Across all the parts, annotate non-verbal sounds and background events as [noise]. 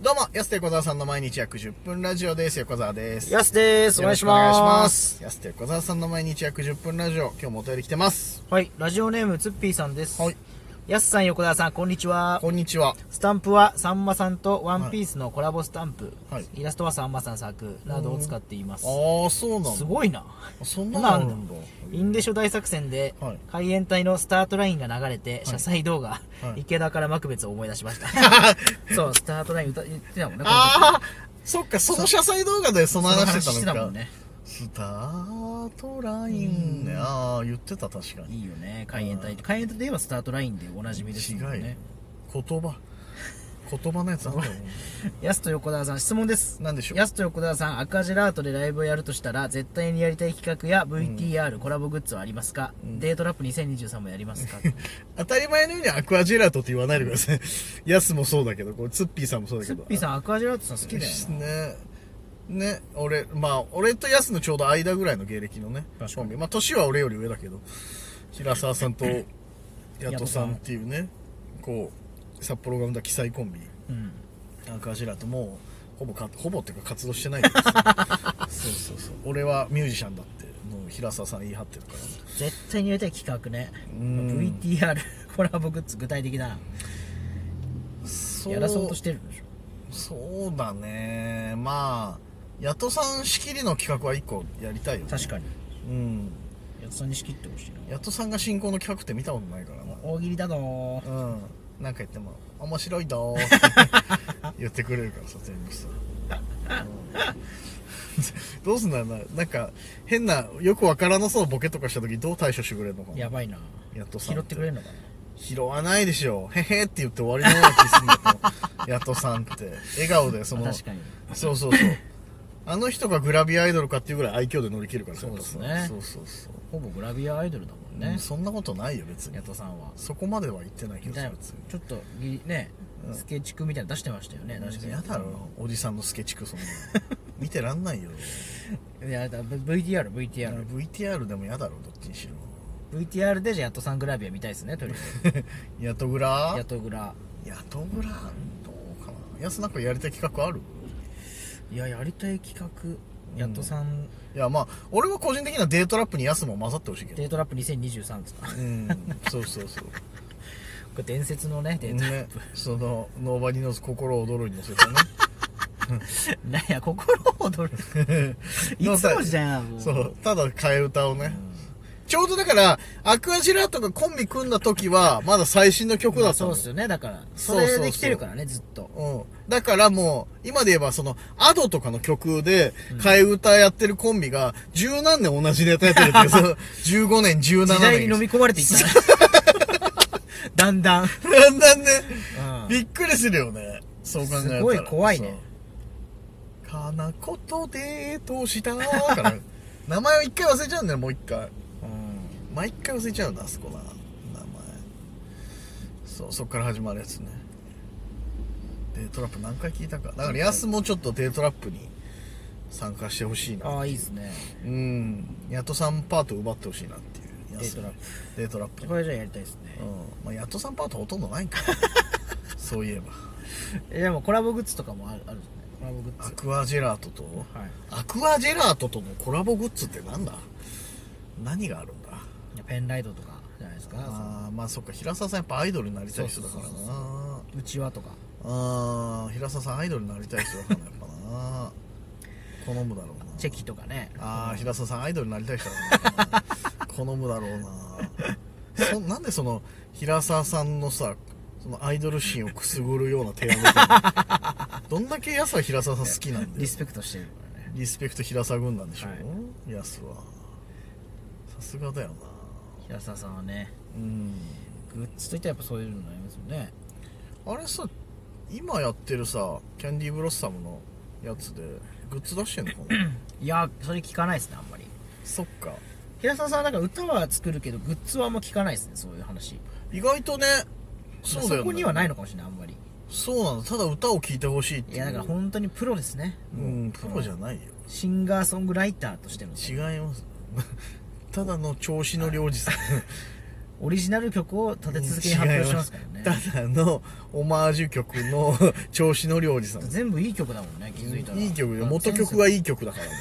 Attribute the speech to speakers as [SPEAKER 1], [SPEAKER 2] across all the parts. [SPEAKER 1] どうも、安手小沢さんの毎日約10分ラジオです。横澤です。
[SPEAKER 2] やすです。お願いします。
[SPEAKER 1] す。安手小沢さんの毎日約10分ラジオ、今日もお便り来てます。
[SPEAKER 2] はい。ラジオネーム、ツッピーさんです。
[SPEAKER 1] はい。
[SPEAKER 2] やすさん、横田さん、こんにちは。
[SPEAKER 1] こんにちは。
[SPEAKER 2] スタンプは、さんまさんとワンピースのコラボスタンプ。
[SPEAKER 1] はい
[SPEAKER 2] イラストはさんまさん作などを使っています。
[SPEAKER 1] ああ、そうなん
[SPEAKER 2] す
[SPEAKER 1] だ。
[SPEAKER 2] ごいな。
[SPEAKER 1] そんなのあるんだ。
[SPEAKER 2] インデショ大作戦で、
[SPEAKER 1] はい
[SPEAKER 2] 海援隊のスタートラインが流れて、車載動画、
[SPEAKER 1] はい
[SPEAKER 2] 池田から幕別を思い出しま
[SPEAKER 1] [laughs]
[SPEAKER 2] した。そう、スタートライン歌言ってたもんね。
[SPEAKER 1] ああ、そっか、その謝罪動画でそ
[SPEAKER 2] こ
[SPEAKER 1] の
[SPEAKER 2] の時
[SPEAKER 1] 話
[SPEAKER 2] そ
[SPEAKER 1] してた
[SPEAKER 2] の話してた
[SPEAKER 1] の
[SPEAKER 2] も
[SPEAKER 1] か
[SPEAKER 2] ん。ね。
[SPEAKER 1] スタートラインね。ああ、言ってた、確かに。
[SPEAKER 2] いいよね、海援隊って。海援隊といえばスタートラインでおなじみです
[SPEAKER 1] 違い
[SPEAKER 2] もんね。。
[SPEAKER 1] 言葉。言葉のやつあ
[SPEAKER 2] [laughs]
[SPEAKER 1] ったよね。
[SPEAKER 2] ヤスと横澤さん、質問です。
[SPEAKER 1] なんでしょう
[SPEAKER 2] ヤスと横澤さん、赤ジェラートでライブをやるとしたら、絶対にやりたい企画や VTR、コラボグッズはありますか、デートラップ2023もやり [laughs] ますか
[SPEAKER 1] 当たり前のようにアクアジェラートって言わないでください。ヤスもそうだけど、これツッピーさんもそうだけ
[SPEAKER 2] ツ
[SPEAKER 1] ど。
[SPEAKER 2] ッピーさん、赤ジェラートさん好きだよな。
[SPEAKER 1] ねね俺まあ俺とヤスのちょうど間ぐらいの芸歴のね
[SPEAKER 2] 確かに
[SPEAKER 1] コンビまあ年は俺より上だけど平沢さんとヤトさんっていうねこう札幌が生んだ奇才コンビ
[SPEAKER 2] うん。
[SPEAKER 1] なんかあしらともうほぼかほぼっていうか活動してないけど
[SPEAKER 2] [laughs]
[SPEAKER 1] さそうそうそう俺はミュージシャンだってもう平沢さん言い張ってるから、
[SPEAKER 2] 絶対にやりたい企画ね。
[SPEAKER 1] うん
[SPEAKER 2] VTR、コラボグッズ、具体的だな。
[SPEAKER 1] そ
[SPEAKER 2] やらそうとしてるんでしょ。
[SPEAKER 1] そうだねまあヤトさん仕切りの企画は1個やりたいよね
[SPEAKER 2] 確かに。
[SPEAKER 1] うん
[SPEAKER 2] ヤスさんに仕切ってほしいな。
[SPEAKER 1] やっとさんが進行の企画って見たことないからな
[SPEAKER 2] 大喜利だぞ
[SPEAKER 1] うんなんか言っても「面白いど」
[SPEAKER 2] [laughs]
[SPEAKER 1] って言ってくれるからさ全部さ、うんどうすんだろうななんか変なよくわからなそうなボケとかした時どう対処してくれるのか
[SPEAKER 2] ー。
[SPEAKER 1] な
[SPEAKER 2] やばいな。
[SPEAKER 1] やっとさん
[SPEAKER 2] 拾ってくれるのかな
[SPEAKER 1] 拾わないでしょ「へへ」って言って終わりのような気するんだけどやっとさんって笑顔でその
[SPEAKER 2] あ確かに。
[SPEAKER 1] そうそうそうあの人がグラビアアイドルかっていうぐらい愛嬌で乗り切るからさ
[SPEAKER 2] そうですね
[SPEAKER 1] やっぱさそうそうそう
[SPEAKER 2] ほぼグラビアアイドルだもんね
[SPEAKER 1] うん。そんなことないよ別に
[SPEAKER 2] ヤトさんは。
[SPEAKER 1] そこまでは言ってないけ
[SPEAKER 2] み
[SPEAKER 1] ど
[SPEAKER 2] た
[SPEAKER 1] さ
[SPEAKER 2] いな
[SPEAKER 1] 別に
[SPEAKER 2] ちょっとぎね、
[SPEAKER 1] うん
[SPEAKER 2] スケッチ君みたいなの出してましたよね確かに
[SPEAKER 1] やだろおじさんのスケチクそんなの
[SPEAKER 2] [laughs]
[SPEAKER 1] 見てらんないよ
[SPEAKER 2] いやだ VTRVTR VTR,
[SPEAKER 1] VTR でもやだろどっちにし
[SPEAKER 2] [laughs]
[SPEAKER 1] ろ
[SPEAKER 2] VTR でじゃあやっとさんグラビア見たいですねとりあえ
[SPEAKER 1] ヤトグラ
[SPEAKER 2] ずやっとグラ
[SPEAKER 1] ヤトグラどうかなやすなんかやりたい企画ある
[SPEAKER 2] いややりたい企画やっとさん、
[SPEAKER 1] いやまあ俺は個人的にはデートラップにやすも混ざってほしいけど
[SPEAKER 2] デートラップ2023ですか [laughs] こ
[SPEAKER 1] うんそうそうそう
[SPEAKER 2] れ伝説のねデートラッ
[SPEAKER 1] ねそのノーバディーノーズ心躍るに乗せたね
[SPEAKER 2] プ、なんや心躍る [laughs] いつの時代なのもう
[SPEAKER 1] そうただ替え歌をねちょうどだからアクアジェラートがコンビ組んだ時はまだ最新の曲だった
[SPEAKER 2] そう
[SPEAKER 1] の
[SPEAKER 2] っすよねだから
[SPEAKER 1] そう
[SPEAKER 2] そ
[SPEAKER 1] そうそう
[SPEAKER 2] れできてるからねずっと
[SPEAKER 1] うん。だからもう、今で言えばその、アドとかの曲で、替え歌やってるコンビが、十何年同じネタやって
[SPEAKER 2] [laughs]
[SPEAKER 1] るっていう、その15年、17年。
[SPEAKER 2] 時代に飲み込まれていった [laughs] だん [laughs] だん、
[SPEAKER 1] だんだんね、
[SPEAKER 2] うん
[SPEAKER 1] びっくりするよね。そう考えたら。
[SPEAKER 2] すごい怖いね
[SPEAKER 1] そう。かなことデートしたから、名前を一回忘れちゃうんだよ、もう一回。毎回忘れちゃうんだ、あそこな。名前。そう、そっから始まるやつね。デートラップ何回聞いたか。だから、ヤスもちょっとデートラップに参加してほしいな。
[SPEAKER 2] ああいいですね
[SPEAKER 1] うん。やとさんパート奪ってほしいなっていう。
[SPEAKER 2] デートラップ
[SPEAKER 1] デートラップ。
[SPEAKER 2] これじゃあやりたいですね
[SPEAKER 1] うん。まあ、やとさんパートほとんどないん
[SPEAKER 2] [laughs]
[SPEAKER 1] から、そういえば。
[SPEAKER 2] えでもコラボグッズとかもあるあるじゃないコラボグッ
[SPEAKER 1] ア
[SPEAKER 2] ズ
[SPEAKER 1] クアジェラートと、
[SPEAKER 2] はい
[SPEAKER 1] アクアジェラートとのコラボグッズってなんだ何があるんだ
[SPEAKER 2] いやペンライトとかじゃないですか
[SPEAKER 1] ああー、まあそっか、平沢さんやっぱアイドルになりたい人だから
[SPEAKER 2] そうそうそう
[SPEAKER 1] な。
[SPEAKER 2] うちわとか
[SPEAKER 1] あー平沢さんアイドルになりたい人だからやっぱな好むだろうな
[SPEAKER 2] チェキとかね
[SPEAKER 1] ああ平沢さんアイドルになりたい人だからな好むだろうなそなんでその平沢さんのさそのアイドル心をくすぐるような提案だったのどんだけやすは平沢さん好きなんで
[SPEAKER 2] リスペクトしてるからね
[SPEAKER 1] リスペクト平沢軍団でしょ、
[SPEAKER 2] は
[SPEAKER 1] やすはさすがだよな
[SPEAKER 2] 平沢さんはね
[SPEAKER 1] うん
[SPEAKER 2] グッズといったらやっぱそういうのありますよね
[SPEAKER 1] あれさ今やってるさキャンディーブロッサムのやつでグッズ出してんのかない
[SPEAKER 2] [clears throat] やそれ聞かないですねあんまり
[SPEAKER 1] そっか
[SPEAKER 2] 平沢さんはなんか歌は作るけどグッズはあんま聞かないですねそういう話
[SPEAKER 1] 意外とねそうだよ、ね、
[SPEAKER 2] そこにはないのかもしれないあんまり
[SPEAKER 1] そうなのただ歌を聴いてほしいっていう
[SPEAKER 2] い
[SPEAKER 1] い
[SPEAKER 2] やだから本当にプロですね
[SPEAKER 1] うんプロじゃないよ
[SPEAKER 2] シンガーソ
[SPEAKER 1] [laughs]
[SPEAKER 2] ングライターとしての
[SPEAKER 1] 違いますただの調子の領事さん、
[SPEAKER 2] オリジナル曲を立て続けに発表しますからね
[SPEAKER 1] ただのオマージュ曲の [laughs] 調子乗りおじさん
[SPEAKER 2] 全部いい曲だもんね気づいたら
[SPEAKER 1] いい曲で元曲がいい曲だ
[SPEAKER 2] [laughs]
[SPEAKER 1] からだよ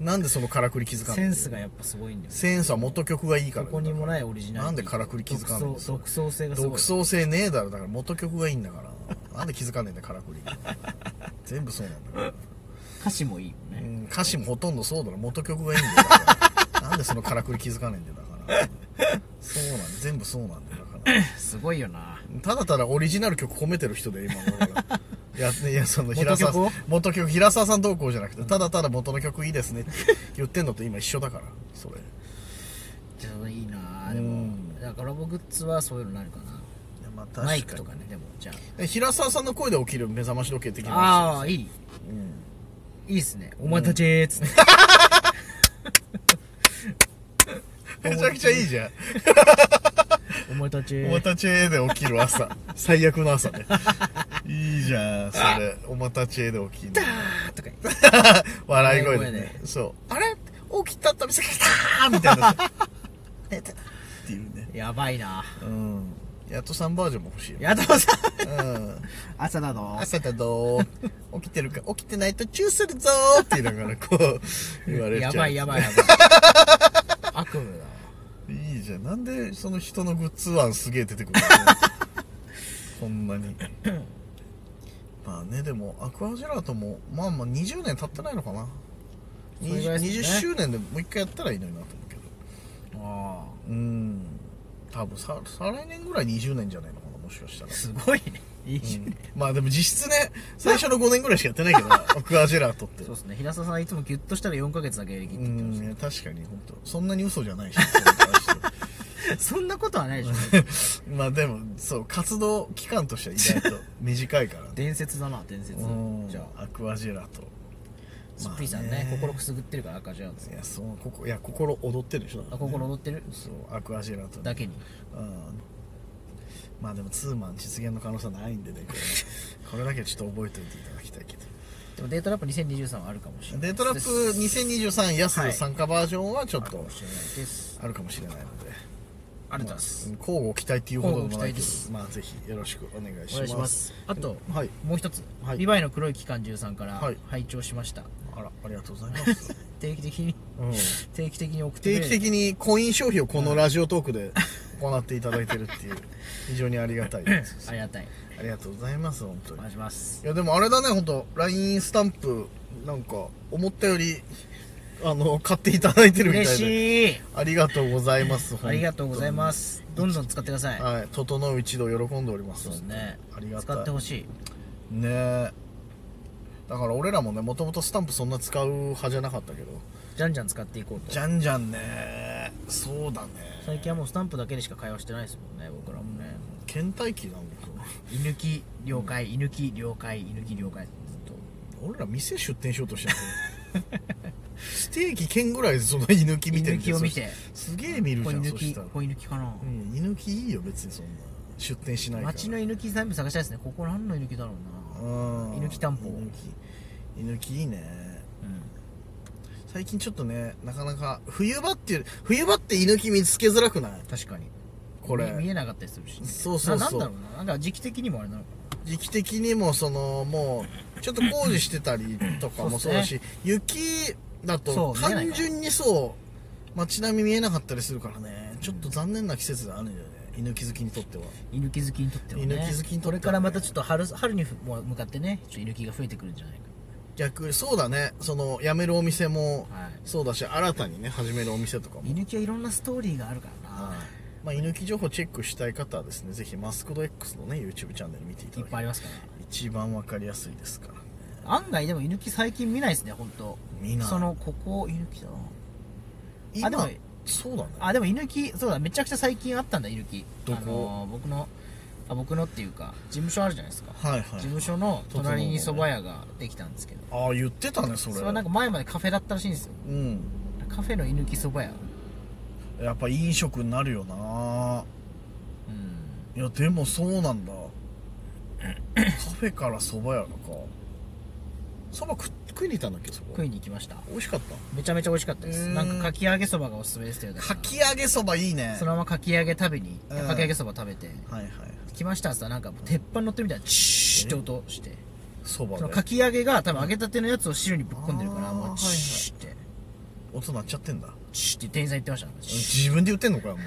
[SPEAKER 1] なんでそのからくり気づかんの
[SPEAKER 2] センスがやっぱすごいんだよ
[SPEAKER 1] センスは元曲がいいから
[SPEAKER 2] ここにもないオリジナル
[SPEAKER 1] なんでからくり気づかんの
[SPEAKER 2] 独創独創性がすごい
[SPEAKER 1] 独創性ねえだろだから元曲がいいんだからなんで気づかねえんだよからくり全部そうなんだから
[SPEAKER 2] 歌詞もいいよ
[SPEAKER 1] う
[SPEAKER 2] ね
[SPEAKER 1] ん歌詞もほとんどそうだろ元曲がいいんだよだからなんでそのからくり気づかねえんだよだからそうなんだ全部そうなんだよだから
[SPEAKER 2] すごいよな
[SPEAKER 1] ただただオリジナル曲褒めてる人で今の俺がいやいやその平沢さん
[SPEAKER 2] 元曲を
[SPEAKER 1] 元曲平沢さんどうこうじゃなくてただただ元の曲いいですねって言ってんのと今一緒だからそれ
[SPEAKER 2] じゃあいいなで
[SPEAKER 1] う
[SPEAKER 2] も
[SPEAKER 1] ん
[SPEAKER 2] だからコラボグッズはそういうのなるかな
[SPEAKER 1] まあ確
[SPEAKER 2] マイクとかねでもじゃ
[SPEAKER 1] え平沢さんの声で起きる目覚まし時計的な
[SPEAKER 2] あああいい
[SPEAKER 1] うん
[SPEAKER 2] いいっすねお待たせーっつって
[SPEAKER 1] めちゃくちゃいいじゃん
[SPEAKER 2] お待たせ
[SPEAKER 1] お待たせで起きる
[SPEAKER 2] [laughs]
[SPEAKER 1] 朝最悪の朝ねいいじゃんそれお待たせで起きる
[SPEAKER 2] ーとか言って
[SPEAKER 1] 笑い声で、
[SPEAKER 2] 笑い
[SPEAKER 1] ね
[SPEAKER 2] 声、
[SPEAKER 1] そうあれ起きたった見せかけたみたいな寝てたっていうね
[SPEAKER 2] やばいな
[SPEAKER 1] うんやっと3バージョンも欲しいよ
[SPEAKER 2] やださ
[SPEAKER 1] うん
[SPEAKER 2] 朝だぞ
[SPEAKER 1] 朝だ
[SPEAKER 2] [laughs]
[SPEAKER 1] ぞー起きてるか起きてないとチューするぞーって言いながらこう言われちゃ
[SPEAKER 2] や
[SPEAKER 1] う
[SPEAKER 2] ばいやば
[SPEAKER 1] い [laughs]
[SPEAKER 2] いやばい悪夢だ
[SPEAKER 1] いいじゃんなんでその人のグッズ案すげえ出て
[SPEAKER 2] [laughs]
[SPEAKER 1] くるのほんまにまあねでもアクアジェラートもまあまあ20年経ってないのかな、
[SPEAKER 2] それぐらいですね
[SPEAKER 1] 20, 周年でもう一回やったらいいのになと思うけど
[SPEAKER 2] あ
[SPEAKER 1] うん多分さ再来年ぐらい20年じゃないのかなもしか
[SPEAKER 2] [laughs]
[SPEAKER 1] したら
[SPEAKER 2] あすごいねいいし
[SPEAKER 1] うんまあでも実質ね最初の5年ぐらいしかやってないけ
[SPEAKER 2] [laughs]
[SPEAKER 1] どなアクアジェラートって
[SPEAKER 2] そうですね平沢さんはいつもギュッとしたら4ヶ月だけ歴っ
[SPEAKER 1] う
[SPEAKER 2] て言ってまし
[SPEAKER 1] ん確かに本当そんなに嘘じゃないしそれに関して
[SPEAKER 2] た [laughs] そんなことはないでしょ
[SPEAKER 1] [laughs] まあでもそう活動期間としては意外
[SPEAKER 2] [laughs]
[SPEAKER 1] と短いからね
[SPEAKER 2] 伝説だな伝説
[SPEAKER 1] うん
[SPEAKER 2] じゃあ
[SPEAKER 1] アクアジェラと
[SPEAKER 2] すっぴーさんね心くすぐってるから赤字なんです
[SPEAKER 1] い
[SPEAKER 2] よ
[SPEAKER 1] やそうここいや心躍ってるでしょ
[SPEAKER 2] あ心躍ってる
[SPEAKER 1] そうアクアジェラと
[SPEAKER 2] だけに
[SPEAKER 1] うんまあでもツーマン実現の可能性はないんでね
[SPEAKER 2] [laughs]
[SPEAKER 1] これこれだけちょっと覚えておいていただきたいけど
[SPEAKER 2] でもデートラップ2023はあるかもしれない
[SPEAKER 1] デートラップ2023安の参加バージョンはちょっ
[SPEAKER 2] あるか
[SPEAKER 1] と
[SPEAKER 2] もしれないです
[SPEAKER 1] あるかもしれないので
[SPEAKER 2] ありがとうございま
[SPEAKER 1] う
[SPEAKER 2] す
[SPEAKER 1] ん交互期待っていうほどでもないけ
[SPEAKER 2] 交互期待
[SPEAKER 1] ど
[SPEAKER 2] です
[SPEAKER 1] まあぜひよろしくお願い
[SPEAKER 2] お願い
[SPEAKER 1] し
[SPEAKER 2] し
[SPEAKER 1] ま
[SPEAKER 2] ますすあと
[SPEAKER 1] はい
[SPEAKER 2] もう一つ
[SPEAKER 1] はい
[SPEAKER 2] リヴァイの黒い期間13から
[SPEAKER 1] はい
[SPEAKER 2] 拝聴しました
[SPEAKER 1] あらありがとうござい [laughs] ます、
[SPEAKER 2] 定期的に [laughs]
[SPEAKER 1] うん
[SPEAKER 2] 定期的に送って
[SPEAKER 1] 定
[SPEAKER 2] くれ
[SPEAKER 1] 期
[SPEAKER 2] る
[SPEAKER 1] 的に婚姻消費をこのラジオトークで行っていただいてる
[SPEAKER 2] [laughs]
[SPEAKER 1] っていう非常にありがたいです
[SPEAKER 2] ありがたい
[SPEAKER 1] ありがとうございます本当
[SPEAKER 2] お
[SPEAKER 1] に
[SPEAKER 2] 願いします
[SPEAKER 1] いやでもあれだね本当 LINE スタンプなんか思ったよりあの買っていただいてるみた
[SPEAKER 2] 嬉
[SPEAKER 1] いで
[SPEAKER 2] しい
[SPEAKER 1] ありがとうございます
[SPEAKER 2] ありがとうございますどんどん使ってください
[SPEAKER 1] はい整う一度喜んでおります
[SPEAKER 2] そうですね
[SPEAKER 1] ありがたい
[SPEAKER 2] 使ってほしい
[SPEAKER 1] ねえだから俺らもねもともとスタンプそんな使う派じゃなかったけど
[SPEAKER 2] じゃんじゃん使っていこうと
[SPEAKER 1] じゃんじゃんねそうだね
[SPEAKER 2] 最近はもうスタンプだけでしか会話してないですもんね僕らもね
[SPEAKER 1] 倦怠期なんだけど
[SPEAKER 2] 居抜き了解居抜き了解居抜き了解ずっと
[SPEAKER 1] 俺ら店出店しようとしてるステーキ券ぐらいその居抜き見てる
[SPEAKER 2] 居抜きを見て
[SPEAKER 1] すげえ見るじ
[SPEAKER 2] 恋
[SPEAKER 1] ゃん
[SPEAKER 2] 抜
[SPEAKER 1] そし
[SPEAKER 2] き
[SPEAKER 1] たら、
[SPEAKER 2] 恋抜きかな
[SPEAKER 1] うん、居抜きいいよ別にそんな出店しないから
[SPEAKER 2] 街の居抜き全部探したいですねここ何の居抜きだろう
[SPEAKER 1] う
[SPEAKER 2] なん居抜き担保
[SPEAKER 1] 居抜き居抜きいいね最近ちょっとねなかなか冬場っていう冬場って居抜き見つけづらくない
[SPEAKER 2] 確かに
[SPEAKER 1] これ
[SPEAKER 2] 見見えなかったりするしね
[SPEAKER 1] そうそうそう
[SPEAKER 2] ななんだろうななんか時期的にもあれなのか
[SPEAKER 1] 時期的にもそのもうちょっと工事してたりとかもそうだし
[SPEAKER 2] そう
[SPEAKER 1] 雪だと
[SPEAKER 2] そう見えな
[SPEAKER 1] 単
[SPEAKER 2] いから
[SPEAKER 1] 純にそう街並み見えなかったりするからねちょっと残念な季節があるんだよね居抜き好きにとっては
[SPEAKER 2] な居抜き好きにとってはね
[SPEAKER 1] 居抜き好きにとってはね
[SPEAKER 2] これからまたちょっと春春にも向かってねちょっと居抜きが増えてくるんじゃないか
[SPEAKER 1] 逆にそうだねその辞めるお店も
[SPEAKER 2] はい
[SPEAKER 1] そうだし新たにね始めるお店とかも
[SPEAKER 2] 居抜きはいろんなストーリーがあるからな、
[SPEAKER 1] はいまあ、居抜き情報チェックしたい方はですねぜひマスクド X のね YouTube チャンネル見ていた
[SPEAKER 2] い
[SPEAKER 1] だ
[SPEAKER 2] っ
[SPEAKER 1] け
[SPEAKER 2] ぱい
[SPEAKER 1] れば
[SPEAKER 2] ありますから
[SPEAKER 1] 一番わかりやすいですからね
[SPEAKER 2] 案外でも居抜き最近見ないですね本当
[SPEAKER 1] 見ない
[SPEAKER 2] そのここ居抜きだな
[SPEAKER 1] 今
[SPEAKER 2] あでも
[SPEAKER 1] そうだね
[SPEAKER 2] あでも居抜きそうだめちゃくちゃ最近あったんだ居抜き
[SPEAKER 1] どこ
[SPEAKER 2] あのー僕のあ僕のっていうか事務所あるじゃないですか、
[SPEAKER 1] はい
[SPEAKER 2] 事
[SPEAKER 1] はい
[SPEAKER 2] 務所の隣に蕎麦屋ができたんですけど
[SPEAKER 1] ああ言ってたねそれ
[SPEAKER 2] それはなんか前までカフェだったらしいんですよ
[SPEAKER 1] うん
[SPEAKER 2] カフェの居抜き蕎麦屋
[SPEAKER 1] やっぱ飲食になるよな
[SPEAKER 2] うん
[SPEAKER 1] いやでもそうなんだカフェから蕎麦屋のかそば食食いに行ったんだっけそこ
[SPEAKER 2] 食いに行きました
[SPEAKER 1] 美味しかった
[SPEAKER 2] めちゃめちゃ美味しかったで
[SPEAKER 1] う
[SPEAKER 2] す
[SPEAKER 1] ん
[SPEAKER 2] なんかかき揚げそばがおすすめですよだから
[SPEAKER 1] かき揚げそばいいね
[SPEAKER 2] そのままかき揚げ食べに
[SPEAKER 1] うん
[SPEAKER 2] かき揚げそば食べて
[SPEAKER 1] はいはい
[SPEAKER 2] 来ましたっつったらなんか鉄板乗ってるみたいなチーって音して
[SPEAKER 1] そば
[SPEAKER 2] その
[SPEAKER 1] で
[SPEAKER 2] かき揚げが多分揚げたてのやつを汁にぶっ込んでるから
[SPEAKER 1] あー
[SPEAKER 2] もうチーって
[SPEAKER 1] 音鳴っちゃってんだ
[SPEAKER 2] チーって店員さん言ってましたからチ
[SPEAKER 1] 自分で言ってんのかよお前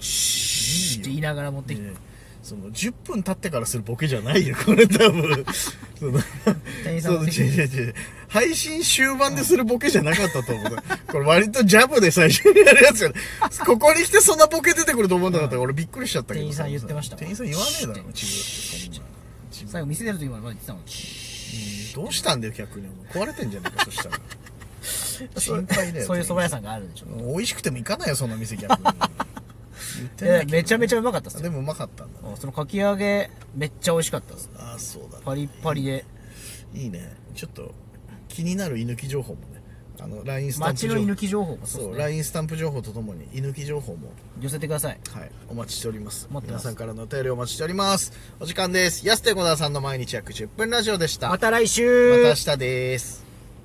[SPEAKER 2] ーって言いながら持ってきて
[SPEAKER 1] ねその10分経ってからするボケじゃないよこれ多
[SPEAKER 2] [laughs]
[SPEAKER 1] 分その
[SPEAKER 2] 店員さ
[SPEAKER 1] そ
[SPEAKER 2] ん
[SPEAKER 1] う
[SPEAKER 2] 持ってき
[SPEAKER 1] 違う
[SPEAKER 2] て
[SPEAKER 1] 違う違う配信終盤でするボケじゃなかったと思うこれ割とジャブで最初にやるやつやねここに来てそんなボケ出てくると思わなかったから俺びっくりしちゃったけど
[SPEAKER 2] 店員さん言ってました
[SPEAKER 1] 店員さん言わねえだろ自分そんな自分
[SPEAKER 2] 最後店出る時までまだ言ってたもん
[SPEAKER 1] どうしたんだよ逆にお前壊れてんじゃねえかそしたら
[SPEAKER 2] [laughs]
[SPEAKER 1] 心配だよ
[SPEAKER 2] そういう蕎麦屋さんがあるんでしょ
[SPEAKER 1] 美味しくても行かないよそんな店
[SPEAKER 2] [laughs]
[SPEAKER 1] 逆に言ってんだ
[SPEAKER 2] え
[SPEAKER 1] けど
[SPEAKER 2] めちゃめちゃうまかったっす
[SPEAKER 1] あで
[SPEAKER 2] よ
[SPEAKER 1] もうまかったんだ
[SPEAKER 2] うんそのかき揚げめっちゃ美味しかったっす
[SPEAKER 1] ああそうだ
[SPEAKER 2] パリッパリで
[SPEAKER 1] いいねちょっと気になる居抜き情報もねあの LINE スタンプ情
[SPEAKER 2] 街の
[SPEAKER 1] 報
[SPEAKER 2] 居抜き情報も
[SPEAKER 1] そ
[SPEAKER 2] そう
[SPEAKER 1] う
[SPEAKER 2] っすね
[SPEAKER 1] LINE スタンプ情報とともに居抜き情報も、
[SPEAKER 2] 寄せてください
[SPEAKER 1] はい、お待ちしております
[SPEAKER 2] 待って
[SPEAKER 1] 皆
[SPEAKER 2] ます
[SPEAKER 1] さんからのお便りお待ちしておりますお時間です安手小田さんの毎日約10分ラジオでした
[SPEAKER 2] ま
[SPEAKER 1] また
[SPEAKER 2] た来週
[SPEAKER 1] 明日です